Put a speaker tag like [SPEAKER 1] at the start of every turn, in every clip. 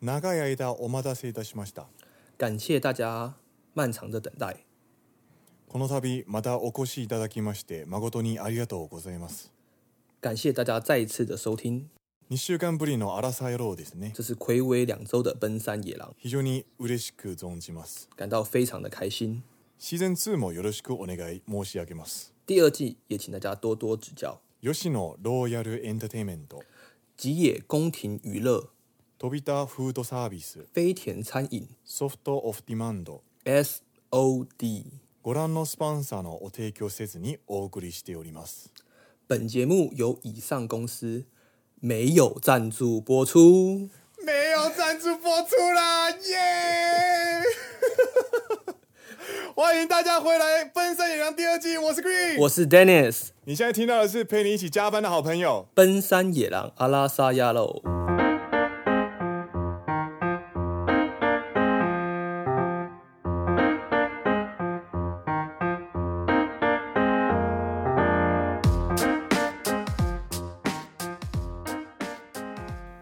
[SPEAKER 1] 長い間お待たせいたしました。
[SPEAKER 2] 感谢大家漫长的等待。
[SPEAKER 1] この度またお越しいただきまして誠にありがとうございます。
[SPEAKER 2] 感谢大家再一次的收听，
[SPEAKER 1] 2週間ぶりのアラサー野郎ですね。
[SPEAKER 2] 这是暌违两周的奔山野狼，
[SPEAKER 1] 非常に嬉しく存じます。
[SPEAKER 2] 感到非常的开心。
[SPEAKER 1] シーズン2もよろしくお願い申し上げます。
[SPEAKER 2] 第二季也请大家多多指教。
[SPEAKER 1] 吉野ロイヤルエンターテインメント、
[SPEAKER 2] 吉野宫廷娱乐、
[SPEAKER 1] 飛びたフードサービス、
[SPEAKER 2] 飞田餐饮、
[SPEAKER 1] ソフトオフディマンド、
[SPEAKER 2] S O D。
[SPEAKER 1] ご覧のスポンサーのお提供せずにお送りしております。
[SPEAKER 2] 本节目由以上公司没有赞助播出。
[SPEAKER 1] 没有赞助播出啦，耶！ 欢迎大家回来，《奔山野狼》第二季，我是 Green。
[SPEAKER 2] 我是 Dennis，
[SPEAKER 1] 你现在听到的是陪你一起加班的好朋友。
[SPEAKER 2] 奔山野狼阿拉萨亚喽。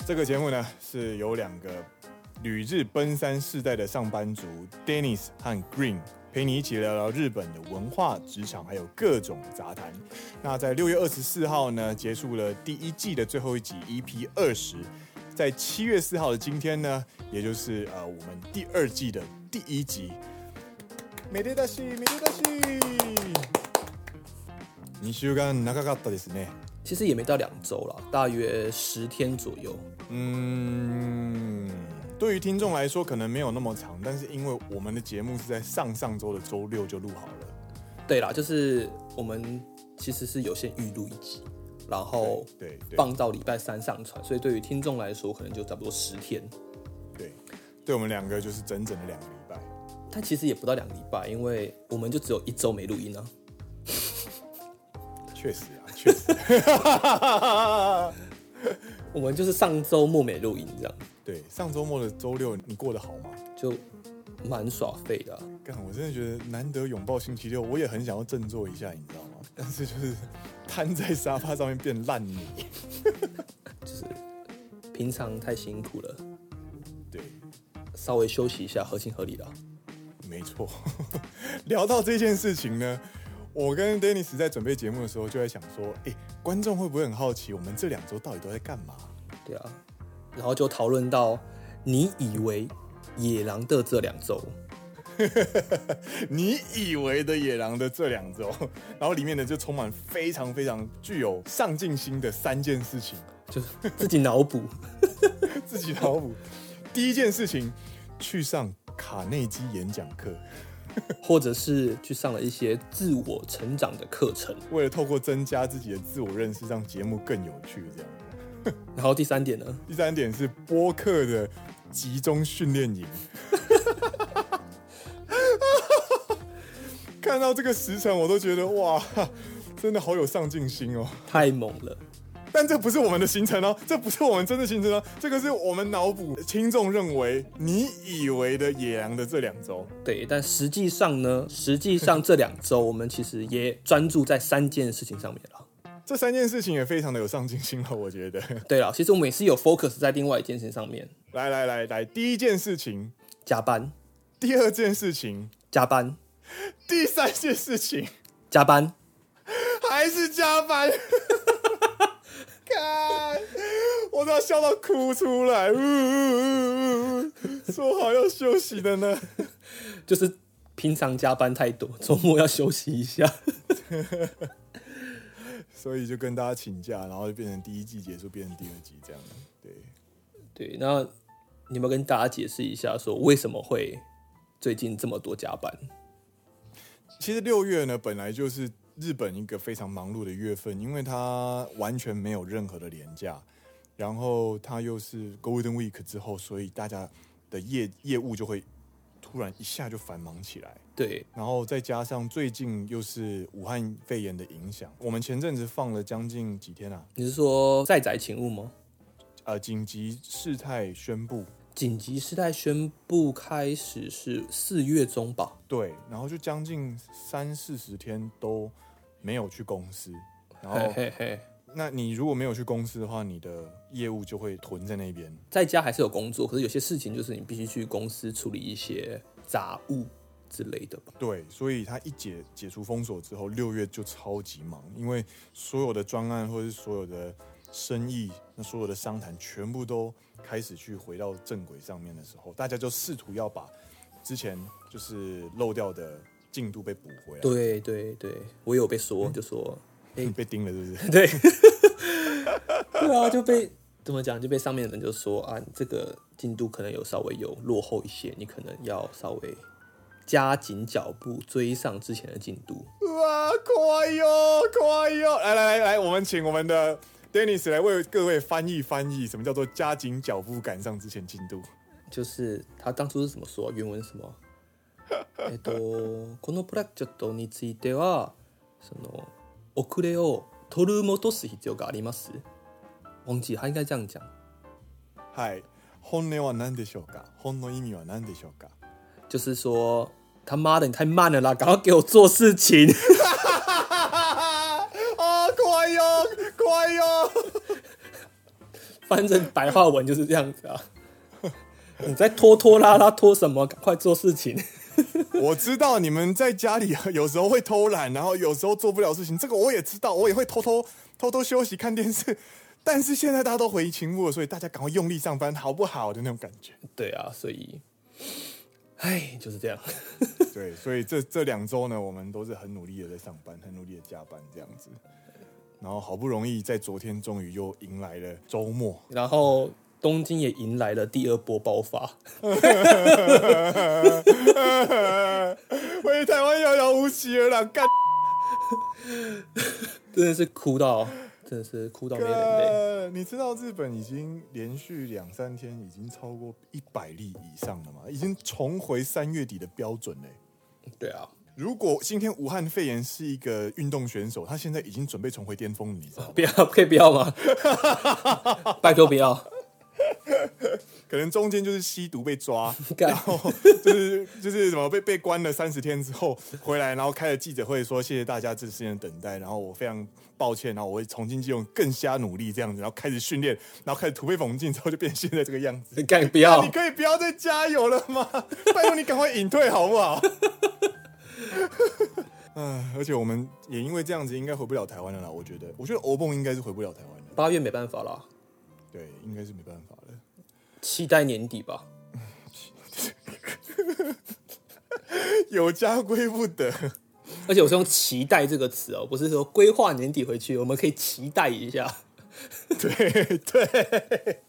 [SPEAKER 1] 这个节目呢，是由两个旅日奔山世代的上班族 Dennis 和 Green 陪你一起聊聊日本的文化、职场，还有各种杂谈。那在六月二十四号呢，结束了第一季的最后一集 EP 二十。在七月四号的今天呢，也就是呃我们第二季的第一集。美丽だし、美丽だし。二週間長かったですね。
[SPEAKER 2] 其实也没到两周了，大约十天左右。
[SPEAKER 1] 嗯，对于听众来说可能没有那么长，但是因为我们的节目是在上上周的周六就录好了，
[SPEAKER 2] 对啦，就是我们其实是有先预录一集，然后
[SPEAKER 1] 对对
[SPEAKER 2] 放到礼拜三上传，所以对于听众来说可能就差不多十天，
[SPEAKER 1] 对，对我们两个就是整整的两个礼拜。
[SPEAKER 2] 但其实也不到两个礼拜，因为我们就只有一周没录音啊。
[SPEAKER 1] 确实啊，确实。啊
[SPEAKER 2] 我们就是上周末没录音，这样
[SPEAKER 1] 对，上周末的周六你过得好吗？
[SPEAKER 2] 就蛮耍废的啊、
[SPEAKER 1] 干，我真的觉得难得拥抱星期六，我也很想要振作一下，你知道吗？但是就是瘫在沙发上面变烂泥。
[SPEAKER 2] 就是平常太辛苦了，
[SPEAKER 1] 对，
[SPEAKER 2] 稍微休息一下合情合理啦。
[SPEAKER 1] 没错， 聊到这件事情呢，我跟 Dennis 在准备节目的时候就在想说，诶，观众会不会很好奇我们这两周到底都在干嘛？
[SPEAKER 2] 对啊，然后就讨论到你以为野狼的这两周，
[SPEAKER 1] 你以为的野狼的这两周， 然后里面呢就充满非常非常具有上进心的三件事情，
[SPEAKER 2] 就是自己脑补。
[SPEAKER 1] 自己脑补。第一件事情，去上卡内基演讲课，
[SPEAKER 2] 或者是去上了一些自我成长的课程。
[SPEAKER 1] 为了透过增加自己的自我认识，让节目更有趣。这样，
[SPEAKER 2] 然后第三点呢，
[SPEAKER 1] 第三点是播客的集中训练营。 看到这个时辰，我都觉得哇，真的好有上进心哦。
[SPEAKER 2] 太猛了，
[SPEAKER 1] 但这不是我们的行程哦，这不是我们真的行程哦，这个是我们脑补听众认为你以为的野狼的这两周。
[SPEAKER 2] 对。但实际上呢，实际上这两周我们其实也专注在三件事情上面了。
[SPEAKER 1] 这三件事情也非常的有上进心了，我觉得。
[SPEAKER 2] 对了，其实我们也是有 focus 在另外一件事情上面，
[SPEAKER 1] 来来来来，第一件事情，
[SPEAKER 2] 加班，
[SPEAKER 1] 第二件事情，
[SPEAKER 2] 加班，
[SPEAKER 1] 第三件事情。
[SPEAKER 2] 加班。
[SPEAKER 1] 还是加班。看，我都要笑到哭出来。呜呜呜呜呜！说好要休息的呢，
[SPEAKER 2] 就是平常加班太多，周末要休息一下。
[SPEAKER 1] 所以就跟大家请假，然后就变成第一季结束，变成第二季这样。对，
[SPEAKER 2] 对，那你有没有跟大家解释一下，说为什么会最近这么多加班？
[SPEAKER 1] 其实六月呢，本来就是日本一个非常忙碌的月份，因为它完全没有任何的廉价，然后它又是 Golden Week 之后，所以大家的业业务就会突然一下就繁忙起来。
[SPEAKER 2] 对，
[SPEAKER 1] 然后再加上最近又是武汉肺炎的影响，我们前阵子放了将近几天啊，
[SPEAKER 2] 你是说在宅勤务吗？
[SPEAKER 1] 呃，紧急事态宣布，
[SPEAKER 2] 紧急事态宣布开始是四月中吧？
[SPEAKER 1] 对，然后就将近三四十天都没有去公司，然
[SPEAKER 2] 嘿
[SPEAKER 1] 后
[SPEAKER 2] 嘿嘿，
[SPEAKER 1] 那你如果没有去公司的话，你的业务就会囤在那边。
[SPEAKER 2] 在家还是有工作，可是有些事情就是你必须去公司处理一些杂物之类的吧。
[SPEAKER 1] 对，所以他一解解除封锁之后，六月就超级忙，因为所有的专案或是所有的生意，那所有的商谈全部都开始去回到正轨上面的时候，大家就试图要把之前就是漏掉的进度被补回来。
[SPEAKER 2] 对对对，我有被说，就说
[SPEAKER 1] 你被盯了是不是？
[SPEAKER 2] 嗯 对，对啊，就被怎么讲，就被上面的人就说啊，你这个进度可能有稍微有落后一些，你可能要稍微加紧脚步追上之前的进度。
[SPEAKER 1] 哇，快哟，快哟！来来来来，我们请我们的 Dennis 来为各位翻译翻译，什么叫做加紧脚步赶上之前进度？
[SPEAKER 2] 就是他当初是怎么说？原文是什么？ えっとこのプロジェクトについてはその遅れを取り戻す必要があります。忘记他应该这样讲。
[SPEAKER 1] 嗨，本音は何でしょうか？本の意味は何でしょうか？
[SPEAKER 2] 就是说他妈的你太慢了啦，赶快给我做事情。
[SPEAKER 1] 啊，快哟，快哟！
[SPEAKER 2] 反正白话文就是这样子啊。你在拖拖拉拉拖什么？赶快做事情。
[SPEAKER 1] 我知道你们在家里啊有时候会偷懒，然后有时候做不了事情，这个我也知道，我也会偷偷偷偷休息看电视。 但是现在大家都回勤务了，所以大家赶快用力上班，好不好的那种感觉。
[SPEAKER 2] 对啊，所以，唉，就是这样。
[SPEAKER 1] 对，所以这这两周呢，我们都是很努力的在上班，很努力的加班这样子。然后好不容易在昨天终于又迎来了周末，
[SPEAKER 2] 然后东京也迎来了第二波爆发。
[SPEAKER 1] 为台湾遥遥无期了啦！干
[SPEAKER 2] 真的是哭到，真的是哭到没眼泪。
[SPEAKER 1] 干你知道日本已经连续两三天已经超过一百例以上了吗？已经重回三月底的标准嘞、
[SPEAKER 2] 对啊，
[SPEAKER 1] 如果今天武汉肺炎是一个运动选手，他现在已经准备重回巅峰了，你知 道吗？
[SPEAKER 2] 不要，可以不要吗？ 拜托不要，
[SPEAKER 1] 可能中间就是吸毒被抓，
[SPEAKER 2] 干
[SPEAKER 1] 然后就是就是什么被被关了三十天之后回来，然后开了记者会说谢谢大家这时间的等待，然后我非常抱歉，然后我会重新用更加努力这样子，然后开始训练，然后开始突飞猛进之后就变成现在这个样子。
[SPEAKER 2] 干不要
[SPEAKER 1] 你。可以不要再加油了吗？ 拜托你赶快隐退好不好？ 嗯，而且我们也因为这样子，应该回不了台湾了啦。我觉得，我觉得欧蹦应该是回不了台湾的，
[SPEAKER 2] 八月没办法啦，
[SPEAKER 1] 对，应该是没办法了。
[SPEAKER 2] 期待年底吧。
[SPEAKER 1] 有家归不得。
[SPEAKER 2] 而且我是用“期待”这个词哦，不是说规划年底回去，我们可以期待一下，
[SPEAKER 1] 对对，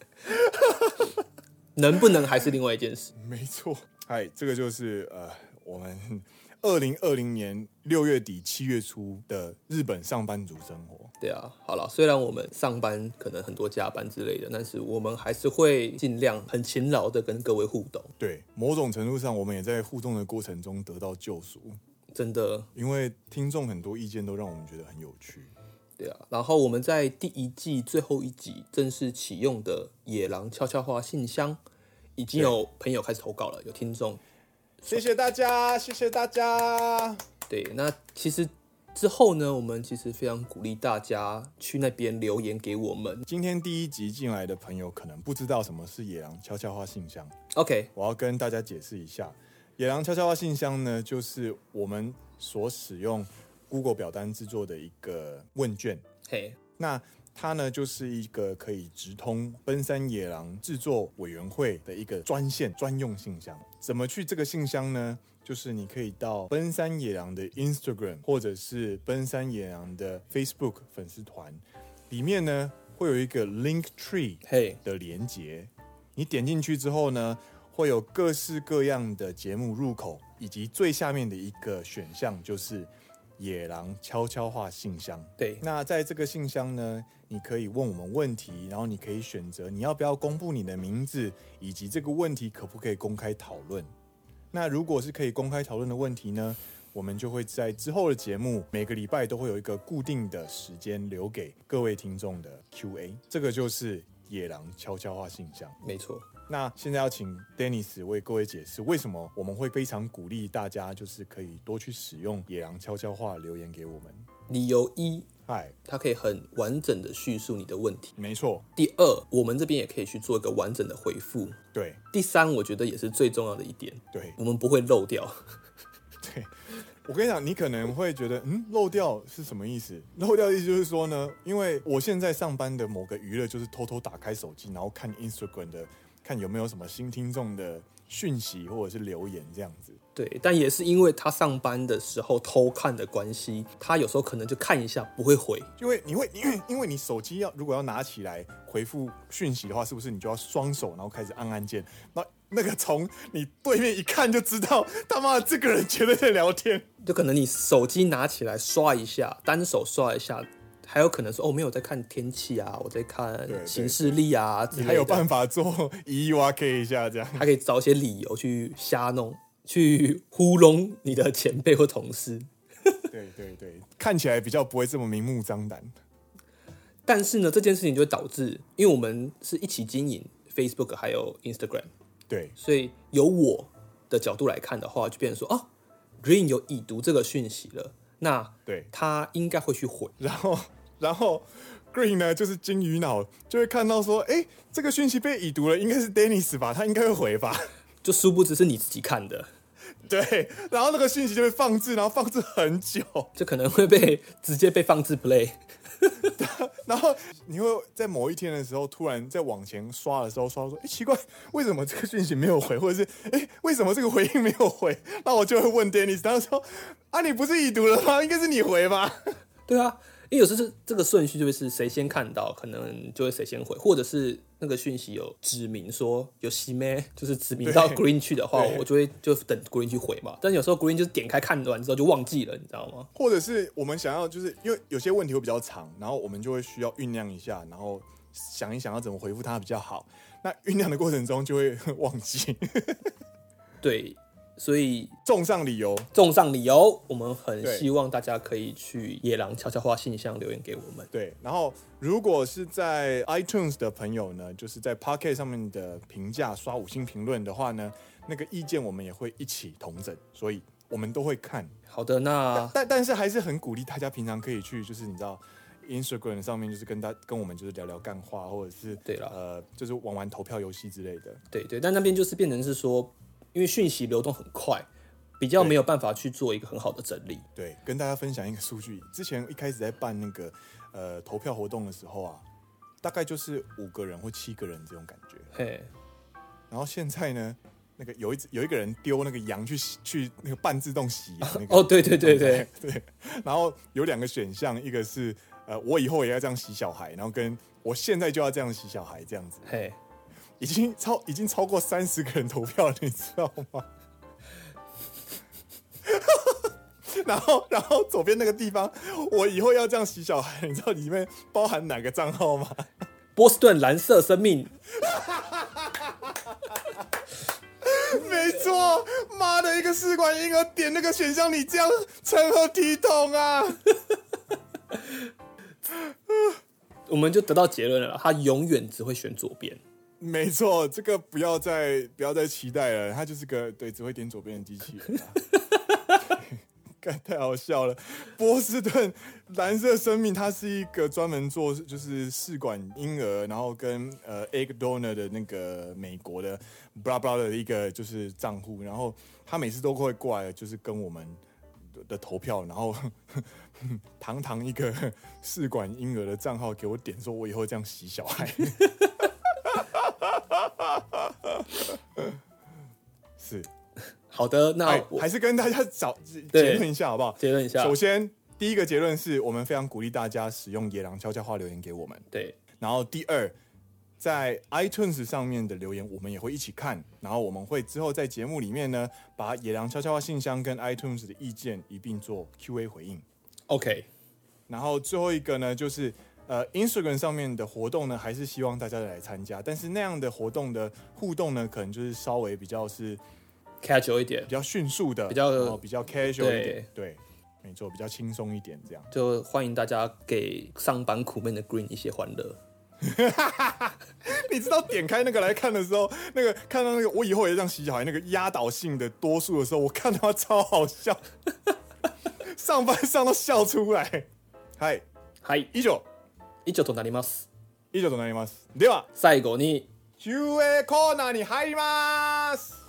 [SPEAKER 2] 能不能还是另外一件事。
[SPEAKER 1] 没错。嗨，这个就是呃，我们二零二零年六月底七月初的日本上班族生活。
[SPEAKER 2] 对啊，好了，虽然我们上班可能很多加班之类的，但是我们还是会尽量很勤劳的跟各位互动。
[SPEAKER 1] 对，某种程度上，我们也在互动的过程中得到救赎，
[SPEAKER 2] 真的，
[SPEAKER 1] 因为听众很多意见都让我们觉得很有趣。
[SPEAKER 2] 对啊。然后我们在第一季最后一集正式启用的《野狼悄悄话》信箱，已经有朋友开始投稿了，有听众。
[SPEAKER 1] 谢谢大家，谢谢大家。
[SPEAKER 2] 对，那其实之后呢，我们其实非常鼓励大家去那边留言给我们。
[SPEAKER 1] 今天第一集进来的朋友可能不知道什么是野狼悄悄话信箱，
[SPEAKER 2] OK，
[SPEAKER 1] 我要跟大家解释一下，野狼悄悄话信箱呢，就是我们所使用 Google 表单制作的一个问卷。
[SPEAKER 2] 嘿，
[SPEAKER 1] 那它呢，就是一个可以直通奔山野狼制作委员会的一个专线专用信箱。怎么去这个信箱呢？就是你可以到奔山野狼的 Instagram 或者是奔山野狼的 Facebook 粉丝团，里面呢会有一个 Link Tree
[SPEAKER 2] 嘿，
[SPEAKER 1] 的连接。你点进去之后呢，会有各式各样的节目入口，以及最下面的一个选项就是野狼悄悄话信箱。
[SPEAKER 2] 对，
[SPEAKER 1] 那在这个信箱呢，你可以问我们问题，然后你可以选择你要不要公布你的名字，以及这个问题可不可以公开讨论。那如果是可以公开讨论的问题呢，我们就会在之后的节目每个礼拜都会有一个固定的时间留给各位听众的 Q&A。这个就是野狼悄悄话信箱。
[SPEAKER 2] 没错。
[SPEAKER 1] 那现在要请 Dennis 为各位解释为什么我们会非常鼓励大家，就是可以多去使用野狼悄悄话留言给我们。
[SPEAKER 2] 理由一，
[SPEAKER 1] 嗨，
[SPEAKER 2] 它可以很完整的叙述你的问题；
[SPEAKER 1] 没错，
[SPEAKER 2] 第二，我们这边也可以去做一个完整的回复；
[SPEAKER 1] 对
[SPEAKER 2] 第三，我觉得也是最重要的一点，
[SPEAKER 1] 对
[SPEAKER 2] 我们不会漏掉。
[SPEAKER 1] 对。我跟你讲，你可能会觉得，嗯，漏掉是什么意思？漏掉的意思就是说呢，因为我现在上班的某个娱乐就是偷偷打开手机，然后看 Instagram 的，看有没有什么新听众的讯息或者是留言这样子。
[SPEAKER 2] 对，但也是因为他上班的时候偷看的关系，他有时候可能就看一下不会回。
[SPEAKER 1] 因为你会， 因为因为你手机要如果要拿起来回复讯息的话，是不是你就要双手然后开始按按键？那那个从你对面一看就知道，他妈的这个人绝对在聊天。
[SPEAKER 2] 就可能你手机拿起来刷一下，单手刷一下，还有可能说哦，没有我在看天气啊，我在
[SPEAKER 1] 对
[SPEAKER 2] 看行事历啊
[SPEAKER 1] 你
[SPEAKER 2] 之类的，
[SPEAKER 1] 还有办法做 一挖 K 一下这样？
[SPEAKER 2] 还可以找一些理由去瞎弄，去糊弄你的前辈或同事。
[SPEAKER 1] 对对对，看起来比较不会这么明目张胆。
[SPEAKER 2] 但是呢，这件事情就会导致，因为我们是一起经营 Facebook 还有 Instagram，
[SPEAKER 1] 对
[SPEAKER 2] 所以由我的角度来看的话，就变成说哦，Green 有已读这个讯息了，那
[SPEAKER 1] 对，
[SPEAKER 2] 他应该会去回。
[SPEAKER 1] 然后 然后 Green 呢就是金鱼脑，就会看到说，哎，这个讯息被已读了，应该是 Dennis 吧？他应该会回吧？
[SPEAKER 2] 就殊不知是你自己看的，
[SPEAKER 1] 对，然后那个讯息就会放置，然后放置很久。
[SPEAKER 2] 就可能会被直接被放置 play。
[SPEAKER 1] 然后你会在某一天的时候，突然在往前刷的时候，刷到说：“哎，奇怪，为什么这个讯息没有回？或者是哎，为什么这个回应没有回？” 那我就会问 Dennis，他说：“啊，你不是已读了吗？应该是你回吧
[SPEAKER 2] 对啊，因为有时候是这个顺序就会是谁先看到，可能就会谁先回，或者是那个讯息有指明说有西咩，就是指明到
[SPEAKER 1] 对
[SPEAKER 2] Green 去的话，
[SPEAKER 1] 对
[SPEAKER 2] 我就会就等 Green 去回嘛。但有时候 Green 就是点开看完之后就忘记了，你知道吗？”？
[SPEAKER 1] 或者是我们想要，就是因为有些问题会比较长，然后我们就会需要酝酿一下，然后想一想要怎么回复他比较好。那酝酿的过程中就会忘记，
[SPEAKER 2] 对，所以
[SPEAKER 1] 送上理由。
[SPEAKER 2] 综上理由，我们很
[SPEAKER 1] 对
[SPEAKER 2] 希望大家可以去野狼悄悄话信箱留言给我们。
[SPEAKER 1] 对，然后如果是在 iTunes 的朋友呢，就是在 Pocket 上面的评价刷五星评论的话呢，那个意见我们也会一起同整，所以我们都会看。
[SPEAKER 2] 好的，那
[SPEAKER 1] 但但是还是很鼓励大家平常可以去，就是你知道 Instagram 上面就是跟大跟我们就是聊聊干话，或者是
[SPEAKER 2] 对啦
[SPEAKER 1] 呃，就是玩玩投票游戏之类的。
[SPEAKER 2] 对对，但那边就是变成是说，因为讯息流动很快，比较
[SPEAKER 1] 对
[SPEAKER 2] 没有办法去做一个很好的整理。
[SPEAKER 1] 对，跟大家分享一个数据，之前一开始在办那个呃投票活动的时候啊，大概就是五个人或七个人这种感觉。
[SPEAKER 2] 嘿，
[SPEAKER 1] 然后现在呢，那个有一只有一个人丢那个羊去洗去那个半自动洗羊那个，
[SPEAKER 2] 哦，对对对对。
[SPEAKER 1] 对，然后有两个选项，一个是呃我以后也要这样洗小孩，然后跟我现在就要这样洗小孩这样子，
[SPEAKER 2] 嘿，
[SPEAKER 1] 已经超已经超过三十个人投票了，你知道吗？ 然后，然后左边那个地方，我以后要这样洗小孩，你知道里面包含哪个账号吗？
[SPEAKER 2] 波士顿蓝色生命，
[SPEAKER 1] 没错，妈的一个试管婴儿点那个选项，你这样成何体统啊？
[SPEAKER 2] 我们就得到结论了啦，他永远只会选左边。
[SPEAKER 1] 没错，这个不要再不要再期待了，它就是个对只会点左边的机器人、啊。 干太好笑了！波士顿蓝色生命，它是一个专门做就是试管婴儿，然后跟呃 egg donor 的那个美国的 blah blah 的一个就是账户，然后他每次都会过来，就是跟我们的投票，然后 堂堂一个试管婴儿的账号给我点，说我以后这样洗小孩。 是，
[SPEAKER 2] 好的，那
[SPEAKER 1] 哎，
[SPEAKER 2] 我
[SPEAKER 1] 还是跟大家找
[SPEAKER 2] 对啊
[SPEAKER 1] 结论一下好不好？
[SPEAKER 2] 结论一下
[SPEAKER 1] 首，先，第一个结论是我们非常鼓励大家使用野狼悄悄话留言给我们。
[SPEAKER 2] 对
[SPEAKER 1] 然后第二，在 iTunes 上面的留言我们也会一起看，然后我们会之后在节目里面呢，把野狼悄悄话信箱跟 iTunes 的意见一并做 Q&A 回应。
[SPEAKER 2] ，OK，
[SPEAKER 1] 然后最后一个呢，就是呃 Instagram 上面的活动呢，还是希望大家来参加，但是那样的活动的互动呢，可能就是稍微比较是
[SPEAKER 2] 开 a 一点
[SPEAKER 1] 比，较迅速的，
[SPEAKER 2] 比较
[SPEAKER 1] 然后比较 casual 一点，对，没错，比较轻松一点这样。
[SPEAKER 2] 就欢迎大家给上班苦闷的 Green 一些欢乐。
[SPEAKER 1] 你知道点开那个来看的时候，那个看到那个我以后也这样洗小孩那个压倒性的多 数的时候，我看到他超好笑，上班上都笑出来。はい
[SPEAKER 2] はい
[SPEAKER 1] 以上
[SPEAKER 2] 以上となります
[SPEAKER 1] 以上となりますでは
[SPEAKER 2] 最後に
[SPEAKER 1] Q&A コーナーに入ります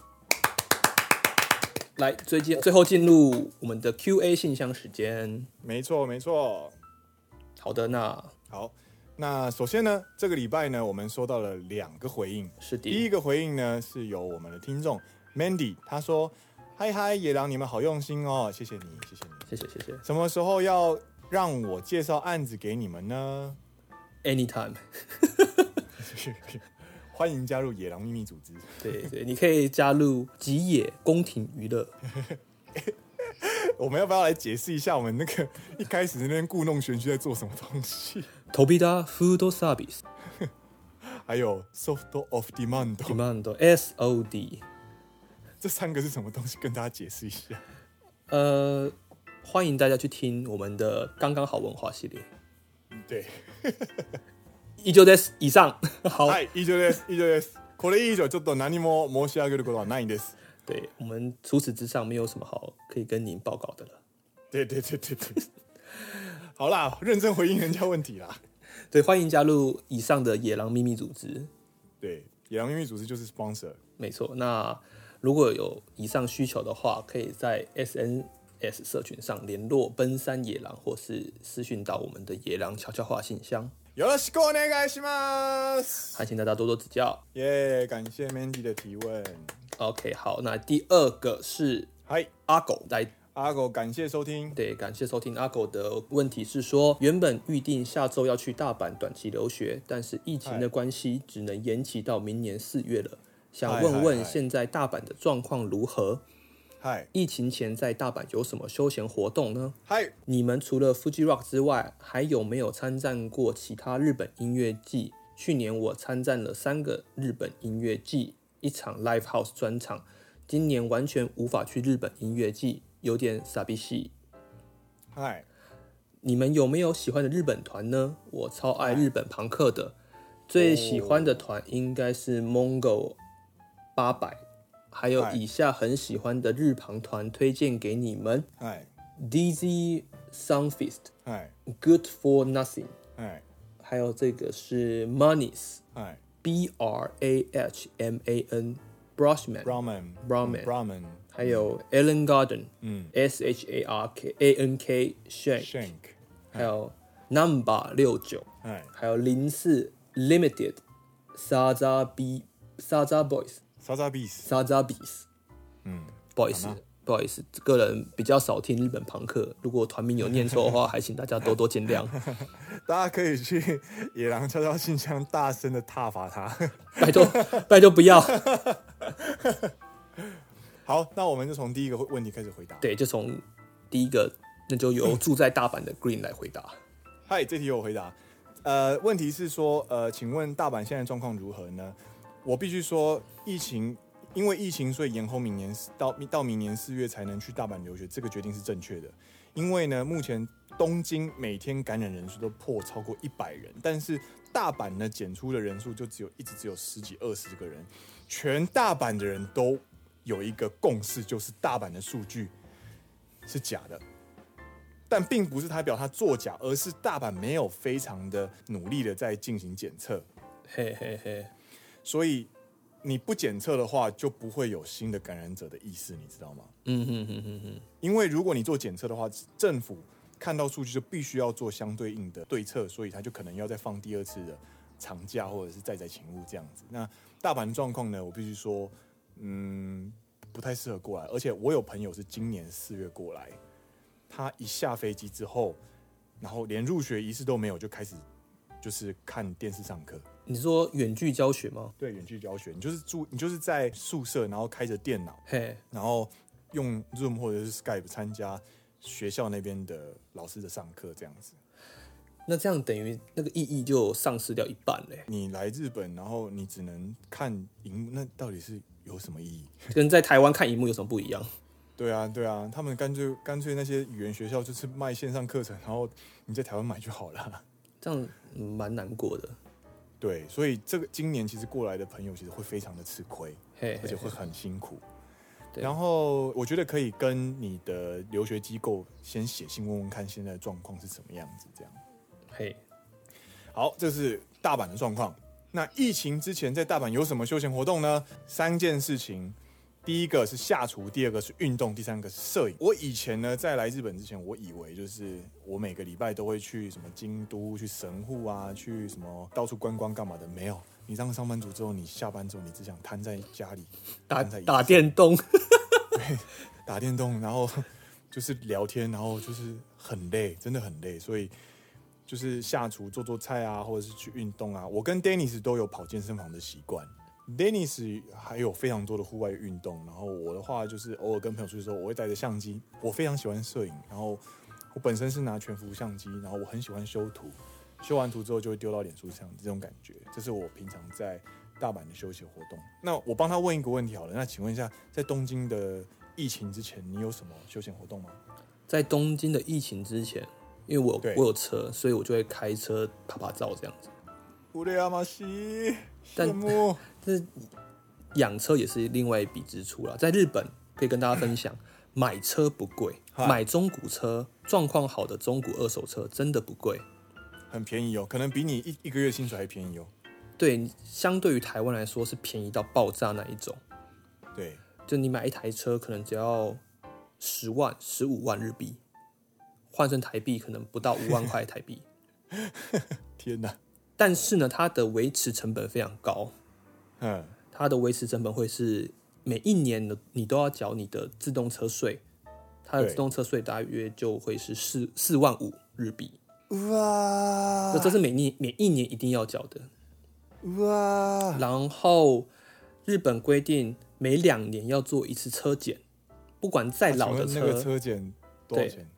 [SPEAKER 2] 来最近最后进入我们的 Q&A 信箱时间。
[SPEAKER 1] 没错没错
[SPEAKER 2] 好的，那
[SPEAKER 1] 好那首先呢这个礼拜呢我们收到了两个回应
[SPEAKER 2] 是第
[SPEAKER 1] 第一
[SPEAKER 2] 一，
[SPEAKER 1] 个回应呢是由我们的听众 Mandy 他说嗨嗨野狼你们好用心哦谢谢你谢谢你
[SPEAKER 2] 谢谢谢谢
[SPEAKER 1] 什么时候要让我介绍案子给你们呢？
[SPEAKER 2] ，Anytime。
[SPEAKER 1] 欢迎加入野狼秘密组织。
[SPEAKER 2] 对对，你可以加入吉野宫廷娱乐。
[SPEAKER 1] 我们要不要来解释一下我们那个一开始那边故弄玄虚在做什么东西？
[SPEAKER 2] 飛びだフードサービス
[SPEAKER 1] 还有 soft of demand
[SPEAKER 2] demand SOD，
[SPEAKER 1] 这三个是什么东西？跟大家解释一下。
[SPEAKER 2] 呃，欢迎大家去听我们的刚刚好文化系列。
[SPEAKER 1] 对，
[SPEAKER 2] 以上です。以上，好，
[SPEAKER 1] はい、以上です。以上です。 これ以上ちょっと何も申し上げることはないんです。
[SPEAKER 2] 对我们除此之上没有什么好可以跟您报告的了。
[SPEAKER 1] 对对对对对。好啦，认真回应人家问题啦。
[SPEAKER 2] 对，欢迎加入以上的野狼秘密组织。
[SPEAKER 1] 对，野狼秘密组织就是 sponsor。
[SPEAKER 2] 没错，那如果有以上需求的话，可以在 SNS 社群上联络奔山野狼，或是私讯到我们的野狼悄悄话信箱。
[SPEAKER 1] よろしくお願いします。
[SPEAKER 2] 还请大家多多指教。
[SPEAKER 1] 耶、感谢 Mandy 的提问。
[SPEAKER 2] OK，好，那第二个是
[SPEAKER 1] 嗨，
[SPEAKER 2] 阿狗来。
[SPEAKER 1] 阿狗，感谢收听。
[SPEAKER 2] 对，感谢收听阿狗的问题是说，原本预定下周要去大阪短期留学，但是疫情的关系，只能延期到明年四月了。想
[SPEAKER 1] 嗨
[SPEAKER 2] 问
[SPEAKER 1] 嗨
[SPEAKER 2] 问
[SPEAKER 1] 嗨
[SPEAKER 2] 现在大阪的状况如何？
[SPEAKER 1] 嗨
[SPEAKER 2] 疫情前在大阪有什么休闲活动呢？
[SPEAKER 1] 嗨，
[SPEAKER 2] 你们除了 Fuji Rock 之外，还有没有参战过其他日本音乐季？去年我参战了三个日本音乐季，一场 Live House 专场。今年完全无法去日本音乐季，有点傻逼戏。
[SPEAKER 1] 嗨，
[SPEAKER 2] 你们有没有喜欢的日本团呢？我超爱日本朋克的，最喜欢的团应该是 Mongo 八百，还有
[SPEAKER 1] 嗨
[SPEAKER 2] 以下很喜欢的日朋团推荐给你们
[SPEAKER 1] 嗨，
[SPEAKER 2] ：Dizzy Sunfist、
[SPEAKER 1] 嗨，
[SPEAKER 2] Good for Nothing。
[SPEAKER 1] 嗨，
[SPEAKER 2] 还有这个是 Manis
[SPEAKER 1] 嗨
[SPEAKER 2] B R A H M A N Brushman，
[SPEAKER 1] ，Ramen，
[SPEAKER 2] Ramen
[SPEAKER 1] Ramen，
[SPEAKER 2] 还有 Alan Garden，
[SPEAKER 1] 嗯
[SPEAKER 2] ，S H A R K A N K Shank，
[SPEAKER 1] ，Shank，
[SPEAKER 2] 还有 Number 六九，
[SPEAKER 1] 嗨
[SPEAKER 2] 还有零四 Limited Saza B Saza Boys
[SPEAKER 1] ，Saza Bees，
[SPEAKER 2] Saza Bees，
[SPEAKER 1] 嗯，
[SPEAKER 2] 不好意思
[SPEAKER 1] 好吗。
[SPEAKER 2] 不好意思，个人比较少听日本朋克，如果团名有念错的话，还请大家多多 见谅，
[SPEAKER 1] 大家可以去野狼悄悄信箱大声的挞伐他。
[SPEAKER 2] 拜托，拜托不要。
[SPEAKER 1] 好，那我们就从第一个问题开始回答。
[SPEAKER 2] 对，就从第一个，那就由住在大阪的 Green 来回答。
[SPEAKER 1] 嗨，这题由我回答。呃，问题是说，呃，请问大阪现在状况如何呢？我必须说，疫情因为疫情，所以延后明年到到明年四月才能去大阪留学，这个决定是正确的。因为呢，目前东京每天感染人数都破超过一百人，但是大阪呢检出的人数就只有一直只有十几二十个人，全大阪的人都有一个共识，就是大阪的数据是假的。但并不是他表他作假，而是大阪没有非常的努力的在进行检测，
[SPEAKER 2] 嘿嘿嘿，
[SPEAKER 1] 所以你不检测的话，就不会有新的感染者的意识，你知道吗？
[SPEAKER 2] 嗯哼哼哼哼，
[SPEAKER 1] 因为如果你做检测的话，政府看到数据就必须要做相对应的对策，所以他就可能要再放第二次的长假或者是再在勤务这样子。那大阪的状况呢，我必须说，嗯，不太适合过来。而且我有朋友是今年四月过来，他一下飞机之后，然后连入学仪式都没有，就开始就是看电视上课。
[SPEAKER 2] 你说远距教学吗？
[SPEAKER 1] 对，远距教学，你就是住，你就是在宿舍，然后开着电脑。
[SPEAKER 2] 嘿，
[SPEAKER 1] 然后用 Zoom 或者是 Skype 参加学校那边的老师的上课，这样子。
[SPEAKER 2] 那这样等于那个意义就丧失掉一半嘞，
[SPEAKER 1] 你来日本，然后你只能看荧幕，那到底是有什么意义？
[SPEAKER 2] 跟在台湾看荧幕有什么不一样？
[SPEAKER 1] 对啊，对啊，他们干脆干脆那些语言学校就是卖线上课程，然后你在台湾买就好了。
[SPEAKER 2] 这样嗯蛮难过的。
[SPEAKER 1] 对，所以这个今年其实过来的朋友其实会非常的吃亏，
[SPEAKER 2] 嘿
[SPEAKER 1] 而
[SPEAKER 2] 嘿
[SPEAKER 1] 且会
[SPEAKER 2] 嘿，
[SPEAKER 1] 很辛苦。
[SPEAKER 2] 对
[SPEAKER 1] 然后我觉得可以跟你的留学机构先写信问问看现在的状况是什么样子，这样。
[SPEAKER 2] 嘿，
[SPEAKER 1] 好，这是大阪的状况。那疫情之前在大阪有什么休闲活动呢？三件事情，第一个是下厨，第二个是运动，第三个是摄影。我以前呢，在来日本之前，我以为就是我每个礼拜都会去什么京都、去神户啊，去什么到处观光干嘛的，没有。你当上班族之后，你下班之后，你只想瘫在家里，
[SPEAKER 2] 打
[SPEAKER 1] 瘫在椅子
[SPEAKER 2] 打电动，
[SPEAKER 1] 打电动，然后 就是聊天，然后就是很累，真的很累，所以就是下厨做做菜啊，或者是去运动啊。我跟 Dennis 都有跑健身房的习惯。Dennis 还有非常多的户外运动，然后我的话就是偶尔跟朋友出去的时候，我会带着相机。我非常喜欢摄影，然后我本身是拿全幅相机，然后我很喜欢修图，修完图之后就会丢到脸书上，这种感觉，这是我平常在大阪的休闲活动。那我帮他问一个问题好了，那请问一下，在东京的疫情之前，你有什么休闲活动吗？
[SPEAKER 2] 在东京的疫情之前，因为我
[SPEAKER 1] 对
[SPEAKER 2] 有我有车，所以我就会开车拍拍照这样子。
[SPEAKER 1] 乌雷亚马西，
[SPEAKER 2] 但
[SPEAKER 1] 羡 慕。
[SPEAKER 2] 但是养车也是另外一笔支出啦。在日本可以跟大家分享，买车不贵，
[SPEAKER 1] 嗨
[SPEAKER 2] 买中古车，状况好的中古二手车真的不贵。
[SPEAKER 1] 很便宜哦，可能比你一一个月薪水还便宜哦。
[SPEAKER 2] 对，相对于台湾来说是便宜到爆炸那一种。
[SPEAKER 1] 对，
[SPEAKER 2] 就你买一台车，可能只要十万、十五万日币，换成台币可能不到五万块台币。
[SPEAKER 1] 天哪，
[SPEAKER 2] 但是呢，它的维持成本非常高，
[SPEAKER 1] 嗯，
[SPEAKER 2] 它的维持成本会是每一年的你都要缴你的自动车税，它的
[SPEAKER 1] 对
[SPEAKER 2] 自动车税大约就会是四四万五日币，
[SPEAKER 1] 哇
[SPEAKER 2] 那这是每年每一年一定要缴的。
[SPEAKER 1] 哇，
[SPEAKER 2] 然后日本规定每两年要做一次车检，不管再老的
[SPEAKER 1] 啊请问那
[SPEAKER 2] 车，
[SPEAKER 1] 个车检多少
[SPEAKER 2] 对
[SPEAKER 1] 钱？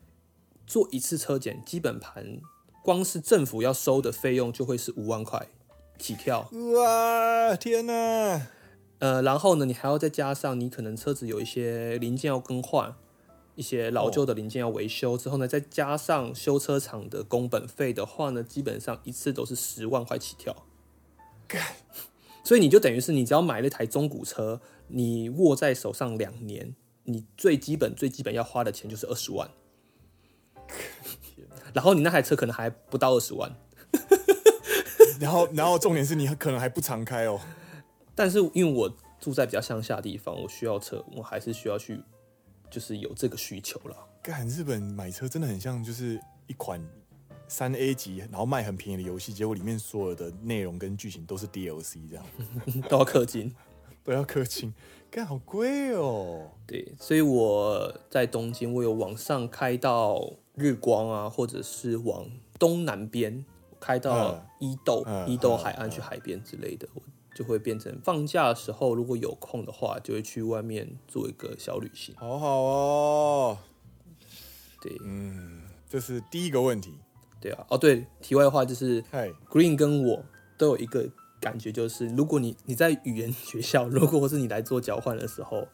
[SPEAKER 2] 做一次车检基本盘，光是政府要收的费用就会是五万块起跳。
[SPEAKER 1] 哇，天哪！
[SPEAKER 2] 呃，然后呢，你还要再加上你可能车子有一些零件要更换，一些老旧的零件要维修之后呢，再加上修车厂的工本费的话呢，基本上一次都是十万块起跳。所以你就等于是你只要买了一台中古车，你握在手上两年，你最基本最基本要花的钱就是二十万。然后你那台车可能还不到二十万，
[SPEAKER 1] 然后，然后重点是你可能还不常开哦。
[SPEAKER 2] 但是因为我住在比较乡下的地方，我需要车，我还是需要去，就是有这个需求了。
[SPEAKER 1] 干，日本买车真的很像就是一款三 A 级，然后卖很便宜的游戏，结果里面所有的内容跟剧情都是 DLC 这样，
[SPEAKER 2] 都要氪金。
[SPEAKER 1] 都要氪金， 干好贵哦。
[SPEAKER 2] 对，所以我在东京，我有往上开到日光啊，或者是往东南边开到
[SPEAKER 1] 嗯
[SPEAKER 2] 伊豆、
[SPEAKER 1] 嗯
[SPEAKER 2] 伊豆海岸去海边之类的，我就会变成放假的时候，如果有空的话，就会去外面做一个小旅行。
[SPEAKER 1] 好好哦，
[SPEAKER 2] 对，
[SPEAKER 1] 嗯这是第一个问题。
[SPEAKER 2] 对啊，哦对，题外话就是
[SPEAKER 1] 嗨，
[SPEAKER 2] Green 跟我都有一个感觉，就是如果你你在语言学校，如果是你来做交换的时候，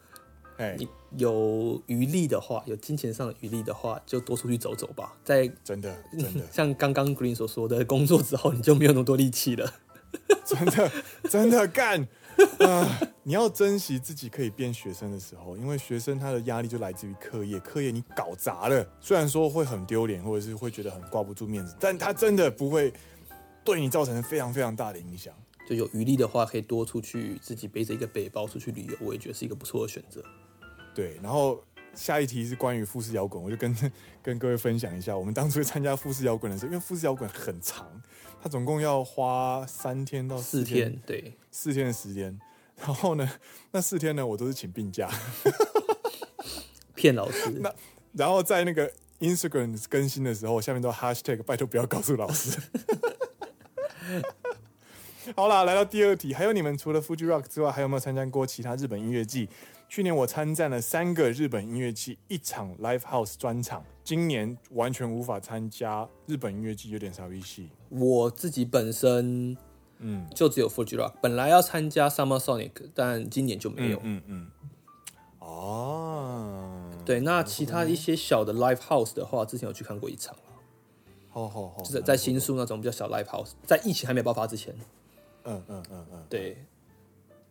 [SPEAKER 1] 嗨，
[SPEAKER 2] 你有余力的话，有金钱上的余力的话，就多出去走走吧。在，
[SPEAKER 1] 真的，真的
[SPEAKER 2] 像刚刚 Green 所说的工作之后，你就没有那么多力气了。
[SPEAKER 1] 真的，真的干啊、你要珍惜自己可以变学生的时候，因为学生他的压力就来自于课业，课业你搞砸了，虽然说会很丢脸，或者是会觉得很挂不住面子，但他真的不会对你造成非常非常大的影响。
[SPEAKER 2] 就有余力的话，可以多出去，自己背着一个背包出去旅游，我也觉得是一个不错的选择。
[SPEAKER 1] 对，然后下一题是关于富士摇滚，我就跟跟各位分享一下，我们当初参加富士摇滚的时候，因为富士摇滚很长，它总共要花三天到
[SPEAKER 2] 四
[SPEAKER 1] 四天
[SPEAKER 2] 天，对，
[SPEAKER 1] 四天的时间。然后呢，那四天呢，我都是请病假。
[SPEAKER 2] 骗 老师，
[SPEAKER 1] 然后在那个 Instagram 更新的时候，下面都 hashtag 拜托不要告诉老师。 好啦，来到第二题，还有你们除了 Fuji Rock 之外，还有没有参加过其他日本音乐季？去年我参战了三个日本音乐季，一场 Live House 专场。今年完全无法参加日本音乐季，有点傻逼戏。
[SPEAKER 2] 我自己本身
[SPEAKER 1] 嗯
[SPEAKER 2] 就只有 Fuji Rock，本来要参加 Summer Sonic，但今年就没有。
[SPEAKER 1] 嗯嗯，哦，
[SPEAKER 2] 对，那其他一些小的 live house 的话，之前有去看过一场，
[SPEAKER 1] 好好好，
[SPEAKER 2] 就是在新宿那种比较小 live house，在疫情还没爆发之前。
[SPEAKER 1] 嗯嗯嗯嗯嗯，嗯
[SPEAKER 2] 对，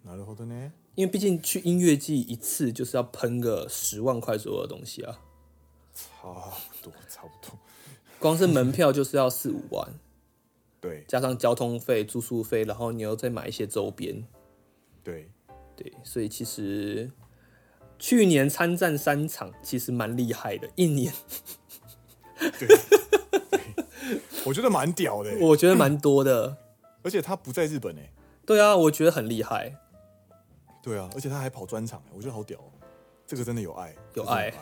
[SPEAKER 1] なるほどね。
[SPEAKER 2] 因为毕竟去音乐季一次就是要喷个十万块左右的东西啊，
[SPEAKER 1] 差不多差不多。
[SPEAKER 2] 光是门票就是要四五万，
[SPEAKER 1] 对
[SPEAKER 2] 加上交通费、住宿费，然后你又再买一些周边，
[SPEAKER 1] 对，
[SPEAKER 2] 对，所以其实去年参战三场，其实蛮厉害的。一年
[SPEAKER 1] 我觉得蛮屌的欸、
[SPEAKER 2] 我觉得蛮多的，
[SPEAKER 1] 而且他不在日本哎、
[SPEAKER 2] 对啊，我觉得很厉害。
[SPEAKER 1] 对啊，而且他还跑专场、欸，我觉得好屌、哦。这个真的有爱，
[SPEAKER 2] 有
[SPEAKER 1] 这真的
[SPEAKER 2] 爱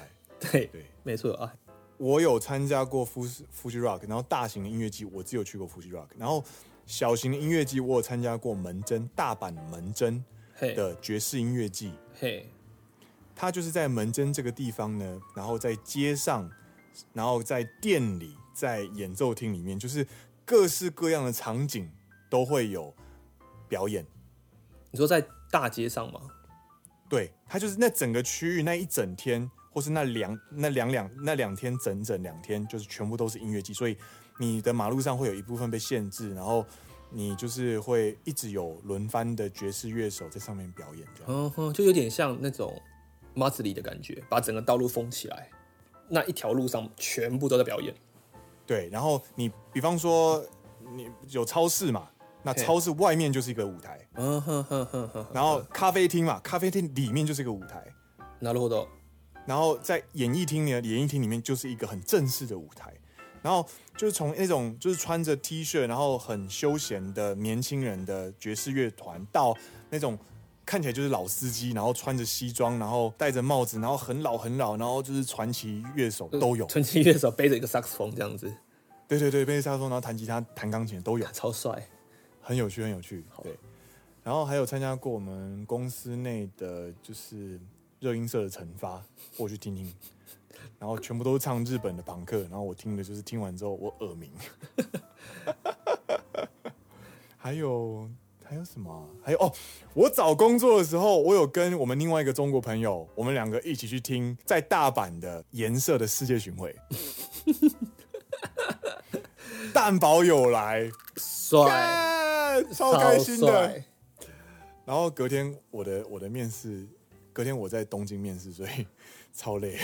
[SPEAKER 2] 对，
[SPEAKER 1] 对，
[SPEAKER 2] 没错啊，
[SPEAKER 1] 我有参加过 Fuji Fuji Rock，然后大型的音乐季我只有去过 Fuji Rock，然后小型的音乐季我有参加过门真大阪门真
[SPEAKER 2] 嘿，
[SPEAKER 1] 的爵士音乐季，
[SPEAKER 2] 嘿，
[SPEAKER 1] 它就是在门真这个地方呢，然后在街上，然后在店里，在演奏厅里面，就是各式各样的场景都会有表演。
[SPEAKER 2] 你说在大街上吗？
[SPEAKER 1] 对，它就是那整个区域那一整天，或是那两那两两那两天整整两天，就是全部都是音乐季，所以你的马路上会有一部分被限制，然后你就是会一直有轮番的爵士乐手在上面表演这样。
[SPEAKER 2] 嗯哼，就有点像那种马子里的感觉，把整个道路封起来，那一条路上全部都在表演。
[SPEAKER 1] 对，然后你比方说你有超市嘛，那
[SPEAKER 2] 嘿
[SPEAKER 1] 超市外面就是一个舞台，
[SPEAKER 2] 嗯哼哼哼哼，
[SPEAKER 1] 然后咖啡厅嘛，咖啡厅里面就是一个舞台，
[SPEAKER 2] なるほど。
[SPEAKER 1] 然后在演艺厅呢，演艺厅里面就是一个很正式的舞台，然后就是从那种就是穿着 T 恤，然后很休闲的年轻人的爵士乐团，到那种看起来就是老司机，然后穿着西装，然后戴着帽子，然后很老很老，然后就是传奇乐手都有，
[SPEAKER 2] 纯情乐手背着一个萨克斯风这样子，
[SPEAKER 1] 对对对，贝斯萨克斯风，然后弹吉他、弹钢琴都有，
[SPEAKER 2] 超帅。
[SPEAKER 1] 很有趣，很有趣，对。然后还有参加过我们公司内的就是热音社的惩罚，我去听听，然后全部都是唱日本的朋克，然后我听的就是听完之后我耳鸣。 还有还有什么啊、还有哦，我找工作的时候，我有跟我们另外一个中国朋友，我们两个一起去听在大阪的颜色的世界巡回，蛋堡有来，
[SPEAKER 2] 帅，
[SPEAKER 1] 干超开心的。，然后隔天我的我的面试，隔天我在东京面试，所以超累，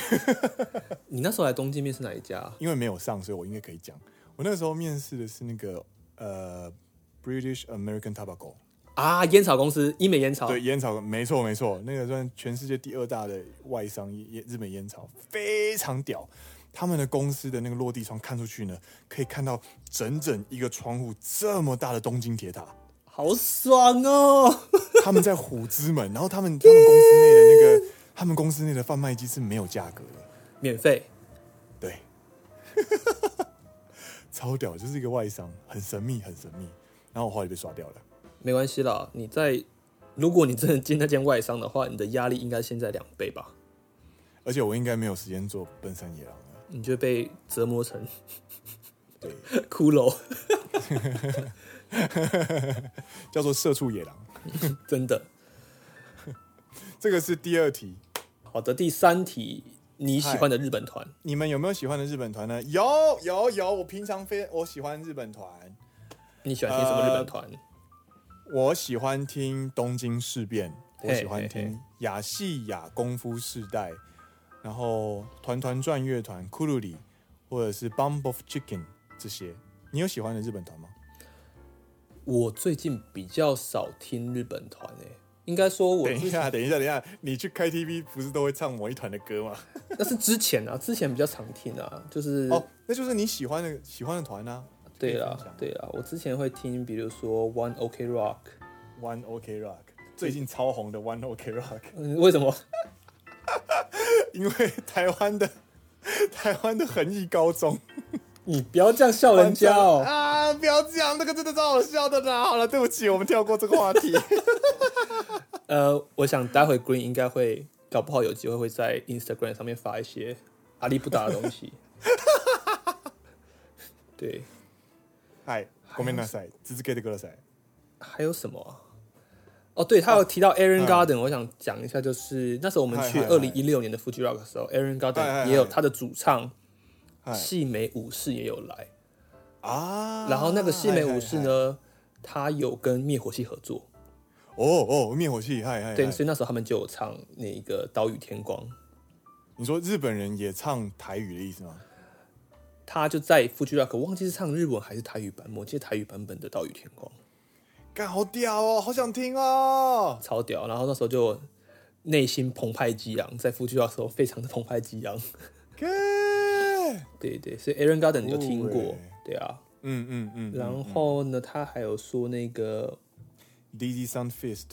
[SPEAKER 2] 你那时候来东京面是哪一家？
[SPEAKER 1] 因为没有上，所以我应该可以讲。我那时候面试的是那个呃 British American Tobacco，
[SPEAKER 2] 啊，烟草公司，医美烟草。
[SPEAKER 1] 对，烟草，没错没错，那个算全世界第二大的外商烟日本烟草，非常屌。他们的公司的那个落地窗看出去呢，可以看到整整一个窗户这么大的东京铁塔。
[SPEAKER 2] 好爽哦！
[SPEAKER 1] 他们在虎之门，然后他们他们公司内的那个他们公司内的贩卖机是没有价格的，
[SPEAKER 2] 免费，
[SPEAKER 1] 对， 超屌，就是一个外商，很神秘，很神秘。然后我后来被刷掉了，
[SPEAKER 2] 没关系啦。你在，如果你真的进那间外商的话，你的压力应该现在两倍吧？
[SPEAKER 1] 而且我应该没有时间做奔山野狼了。
[SPEAKER 2] 你就被折磨成
[SPEAKER 1] 对，
[SPEAKER 2] 骷髅，
[SPEAKER 1] 叫做社畜野狼。
[SPEAKER 2] 真的。
[SPEAKER 1] 这个是第二题，
[SPEAKER 2] 好的，第三题，你喜欢的日本团，
[SPEAKER 1] 你们有没有喜欢的日本团呢？有有有，我平常非我喜欢日本团，
[SPEAKER 2] 你喜欢听什么日本团？
[SPEAKER 1] 我喜欢听东京事变，
[SPEAKER 2] 嘿
[SPEAKER 1] 我喜欢
[SPEAKER 2] 嘿
[SPEAKER 1] 听
[SPEAKER 2] 嘿
[SPEAKER 1] 雅细雅功夫世代，然后团团转乐团、库鲁里或者是 Bump of Chicken 这些。你有喜欢的日本团吗？
[SPEAKER 2] 我最近比较少听日本团诶、应该说我
[SPEAKER 1] 等一
[SPEAKER 2] 之
[SPEAKER 1] 下，等一下，等一下，你去 KTV 不是都会唱某一团的歌吗？
[SPEAKER 2] 那是之前啊，之前比较常听啊，就是
[SPEAKER 1] 哦，那就是你喜欢的喜欢的团啊。
[SPEAKER 2] 对
[SPEAKER 1] 了
[SPEAKER 2] 啦，，对啦，我之前会听，比如说 One OK Rock，
[SPEAKER 1] ，One OK Rock 最近超红的 One OK Rock，
[SPEAKER 2] 嗯，为什么？
[SPEAKER 1] 因为台湾的 台湾的恒毅高中。
[SPEAKER 2] 你不要这样笑人家哦。
[SPEAKER 1] 啊！不要这样，那个真的超好笑的啦。好了，对不起，我们跳过这个话 题。
[SPEAKER 2] 呃，我想待会 Green 应该会，搞不好有机会会在 Instagram 上面发一些阿里不达的东西。 对，
[SPEAKER 1] 嗨，ごめんなさい。続けてください。
[SPEAKER 2] 还有什么啊？哦，对，他有提到 Aaron Garden，、我想讲一下，就是那时候我们去
[SPEAKER 1] 嗯嗨嗨
[SPEAKER 2] 二零一六年的 Fuji Rock 的时候，Aaron
[SPEAKER 1] 嗨嗨
[SPEAKER 2] Garden
[SPEAKER 1] 嗨
[SPEAKER 2] 也有他的主唱
[SPEAKER 1] 嗨
[SPEAKER 2] 细美武士也有来，
[SPEAKER 1] 啊
[SPEAKER 2] 然后那个细美武士
[SPEAKER 1] 嗨？
[SPEAKER 2] 呢，他有跟灭火器合作，
[SPEAKER 1] 嗨嗨哦哦，灭火器，嗨嗨。
[SPEAKER 2] 对，
[SPEAKER 1] 嗨
[SPEAKER 2] 所以那时候他们就有唱那个《岛屿天光》，
[SPEAKER 1] 你说日本人也唱台语的意思吗？
[SPEAKER 2] 他就在 Fuji Rock，我忘记是唱日文还是台语版本，我记得台语版本的《岛屿天光》
[SPEAKER 1] 干好屌哦，好想听哦！
[SPEAKER 2] 超屌。然后那时候就内心澎湃激昂，在 Fuji Rock 的时候非常的澎湃激昂。
[SPEAKER 1] 干
[SPEAKER 2] 对对，所以 Aaron Garden 有听
[SPEAKER 1] 酷
[SPEAKER 2] 过
[SPEAKER 1] 欸，
[SPEAKER 2] 对啊。
[SPEAKER 1] 嗯嗯嗯。
[SPEAKER 2] 然后呢，他还有说那个
[SPEAKER 1] Dizzy Sun Fist,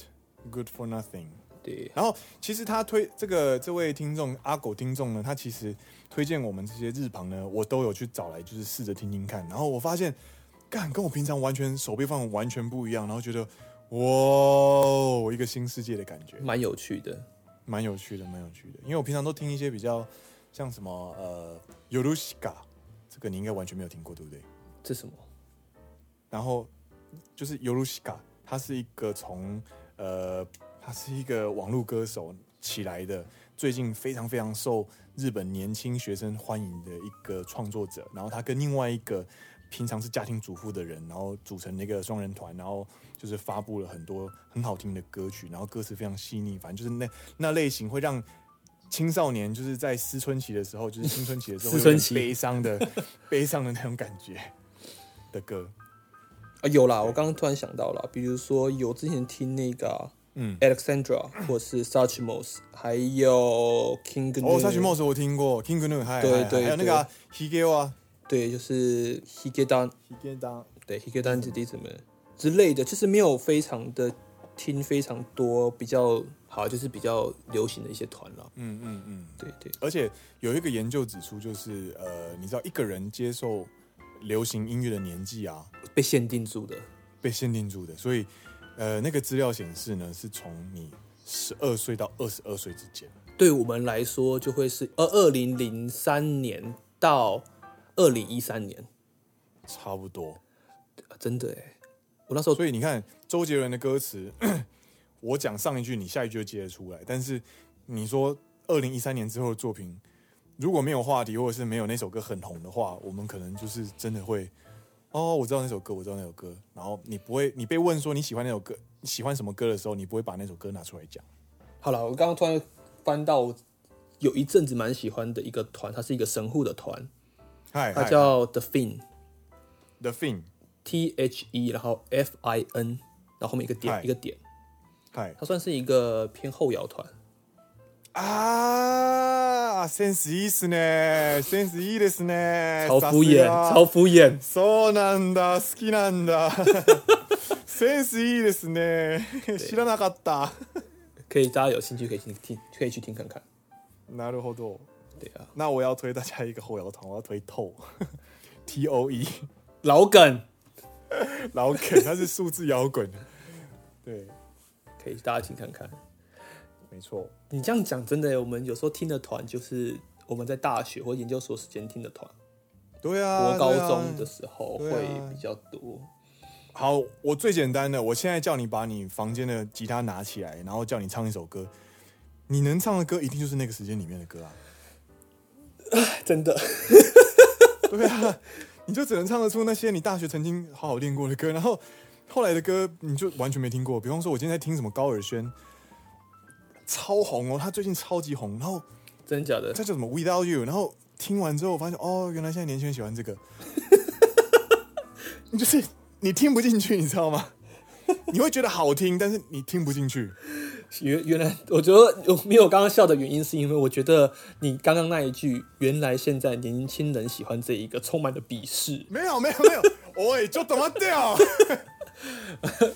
[SPEAKER 1] Good for Nothing。
[SPEAKER 2] 对
[SPEAKER 1] 然后其实他推这个这位听众阿狗听众呢，他其实推荐我们这些日旁呢，我都有去找来，就是试着听听看。然后我发现，干跟我平常完全手背范围完全不一样，然后觉得哇哦，一个新世界的感觉，
[SPEAKER 2] 蛮有趣的，
[SPEAKER 1] 蛮有趣的，蛮有趣的。因为我平常都听一些比较像什么呃 Yorushika，这个你应该完全没有听过，对不对？
[SPEAKER 2] 这什么？
[SPEAKER 1] 然后就是 Yorushika，他是一个从呃，他是一个网络歌手起来的，最近非常非常受日本年轻学生欢迎的一个创作者。然后他跟另外一个平常是家庭主妇的人，然后组成了一个双人团，然后就是发布了很多很好听的歌曲，然后歌词非常细腻，反正就是那那类型会让。青少年就是在思春期的时候，就是青春期的时候，
[SPEAKER 2] 思春期
[SPEAKER 1] 悲伤的、悲伤的那种感觉的歌。
[SPEAKER 2] 啊，有啦，我刚刚突然想到了，比如说有之前听那个啊、
[SPEAKER 1] 嗯
[SPEAKER 2] Alexandra 或是 Suchmos，还有 King
[SPEAKER 1] 哦，沙曲
[SPEAKER 2] Gnu
[SPEAKER 1] 帽子我听过，King Gnu，嗨，
[SPEAKER 2] 对
[SPEAKER 1] 嗨
[SPEAKER 2] 对
[SPEAKER 1] 还有那个 Hige 啊
[SPEAKER 2] 对，就是 Higedan，
[SPEAKER 1] ，Hige 当，
[SPEAKER 2] 对 Higedan 之弟子们之类的，就是没有非常的听非常多比较好，就是比较流行的一些团了。
[SPEAKER 1] 嗯嗯嗯，
[SPEAKER 2] 对对，
[SPEAKER 1] 而且有一个研究指出，就是呃，你知道一个人接受流行音乐的年纪啊，
[SPEAKER 2] 被限定住的，
[SPEAKER 1] 被限定住的，所以呃，那个资料显示呢，是从你十二岁到二十二岁之间，
[SPEAKER 2] 对我们来说就会是呃二零零三年到二零一三年、
[SPEAKER 1] 差不多。
[SPEAKER 2] 啊真的哎，我那时候
[SPEAKER 1] 所以你看周杰伦的歌词，我讲上一句，你下一句就接得出来。但是你说二零一三年之后的作品，如果没有话题，或者是没有那首歌很红的话，我们可能就是真的会，哦，我知道那首歌，我知道那首歌。然后你不会，你被问说你喜欢那首歌，你喜欢什么歌的时候，你不会把那首歌拿出来讲。
[SPEAKER 2] 好了，我刚刚突然翻到我有一阵子蛮喜欢的一个团，它是一个神户的团，
[SPEAKER 1] 嗨，
[SPEAKER 2] 它
[SPEAKER 1] 嗨
[SPEAKER 2] 叫 The Fin，T
[SPEAKER 1] The Fin，
[SPEAKER 2] H E，然后 F I N，然后后面一个
[SPEAKER 1] 嗨
[SPEAKER 2] 点一个点，
[SPEAKER 1] 嗨
[SPEAKER 2] 它算是一个偏后摇团。
[SPEAKER 1] 啊，sense いいですね，sense いいですね，
[SPEAKER 2] 超敷
[SPEAKER 1] さす
[SPEAKER 2] 衍，
[SPEAKER 1] が
[SPEAKER 2] 超敷衍。
[SPEAKER 1] そうなんだ、好きなんだ。センスいいですね。知らなかった。
[SPEAKER 2] 可以，大家有兴趣可以去听，可以去听看看。
[SPEAKER 1] なるほど。
[SPEAKER 2] 对啊，
[SPEAKER 1] 那我要推大家一个后摇团，我要推 TOE。T O E，
[SPEAKER 2] 老梗，
[SPEAKER 1] 老梗，它是数字摇滚。对，
[SPEAKER 2] 可以大家听看看。
[SPEAKER 1] 没错。
[SPEAKER 2] 你这样讲真的耶，我们有时候听的团就是我们在大学或研究所时间听的团，
[SPEAKER 1] 对啊，
[SPEAKER 2] 国高
[SPEAKER 1] 对啊
[SPEAKER 2] 中的时候
[SPEAKER 1] 对啊
[SPEAKER 2] 会比较多。
[SPEAKER 1] 好，我最简单的，我现在叫你把你房间的吉他拿起来，然后叫你唱一首歌，你能唱的歌一定就是那个时间里面的歌啊。
[SPEAKER 2] 真的，
[SPEAKER 1] 对啊，你就只能唱得出那些你大学曾经好好练过的歌，然后后来的歌你就完全没听过。比方说，我今天在听什么高尔宣，超红哦，他最近超级红。然后
[SPEAKER 2] 真假的
[SPEAKER 1] 再，叫什么 Without You，然后听完之后我发现，哦，原来现在年轻人喜欢这个， 你就是你听不进去，你知道吗？ 你会觉得好听，但是你听不进去。
[SPEAKER 2] 原原来，我觉得我没有刚刚笑的原因，是因为我觉得你刚刚那一句“原来现在年轻人喜欢这一个”，充满了鄙视，
[SPEAKER 1] 没有，没有，没有， 喂，就怎么掉？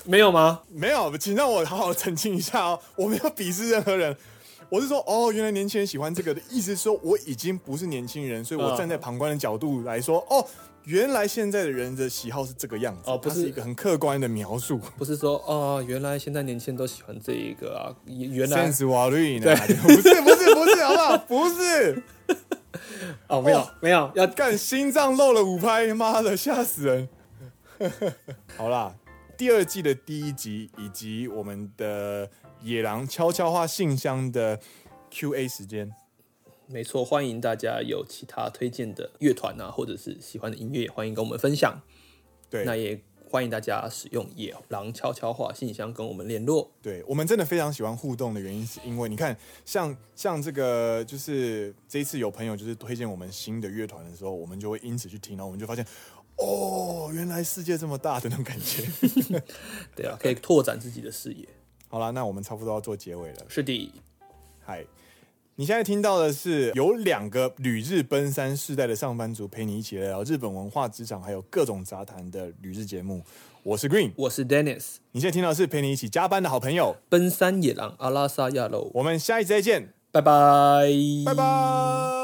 [SPEAKER 2] 没有吗？
[SPEAKER 1] 没有，请让我好好澄清一下哦，我没有鄙视任何人。我是说，哦，原来年轻人喜欢这个的意思是说，我已经不是年轻人，所以我
[SPEAKER 2] 嗯
[SPEAKER 1] 站在旁观的角度来说，哦，原来现在的人的喜好是这个样子，
[SPEAKER 2] 哦不
[SPEAKER 1] 它
[SPEAKER 2] 是
[SPEAKER 1] 是一个很客观的描述。
[SPEAKER 2] 不是说哦，原来现在年轻人都喜欢这一个啊，原 来
[SPEAKER 1] sense 悪い呢？不是，不是，不是，好不好？不是，
[SPEAKER 2] 哦，没有、没有，要
[SPEAKER 1] 干心脏漏了五拍，妈的，吓死人！ 好啦，第二季的第一集以及我们的野狼悄悄话信箱的 Q&A 时间。
[SPEAKER 2] 没错，欢迎大家有其他推荐的乐团啊，或者是喜欢的音乐，也欢迎跟我们分享。
[SPEAKER 1] 对，
[SPEAKER 2] 那也欢迎大家使用野狼悄悄话信箱跟我们联络。
[SPEAKER 1] 对我们真的非常喜欢互动的原因，是因为你看，像像这个，就是这一次有朋友就是推荐我们新的乐团的时候，我们就会因此去听，然后我们就发现，哦，原来世界这么大的那种感觉。
[SPEAKER 2] 对啊，可以拓展自己的视野。
[SPEAKER 1] 好啦，那我们差不多要做结尾了。
[SPEAKER 2] 是的，
[SPEAKER 1] 嗨，你现在听到的是有两个旅日奔三世代的上班族陪你一起聊聊日本文化、职场还有各种杂谈的旅日节目。我是 Green，
[SPEAKER 2] 我是 Dennis，
[SPEAKER 1] 你现在听到的是陪你一起加班的好朋友。
[SPEAKER 2] 奔山野狼阿拉萨亚喽，
[SPEAKER 1] 我们下一集再见，
[SPEAKER 2] 拜拜，
[SPEAKER 1] 拜。拜。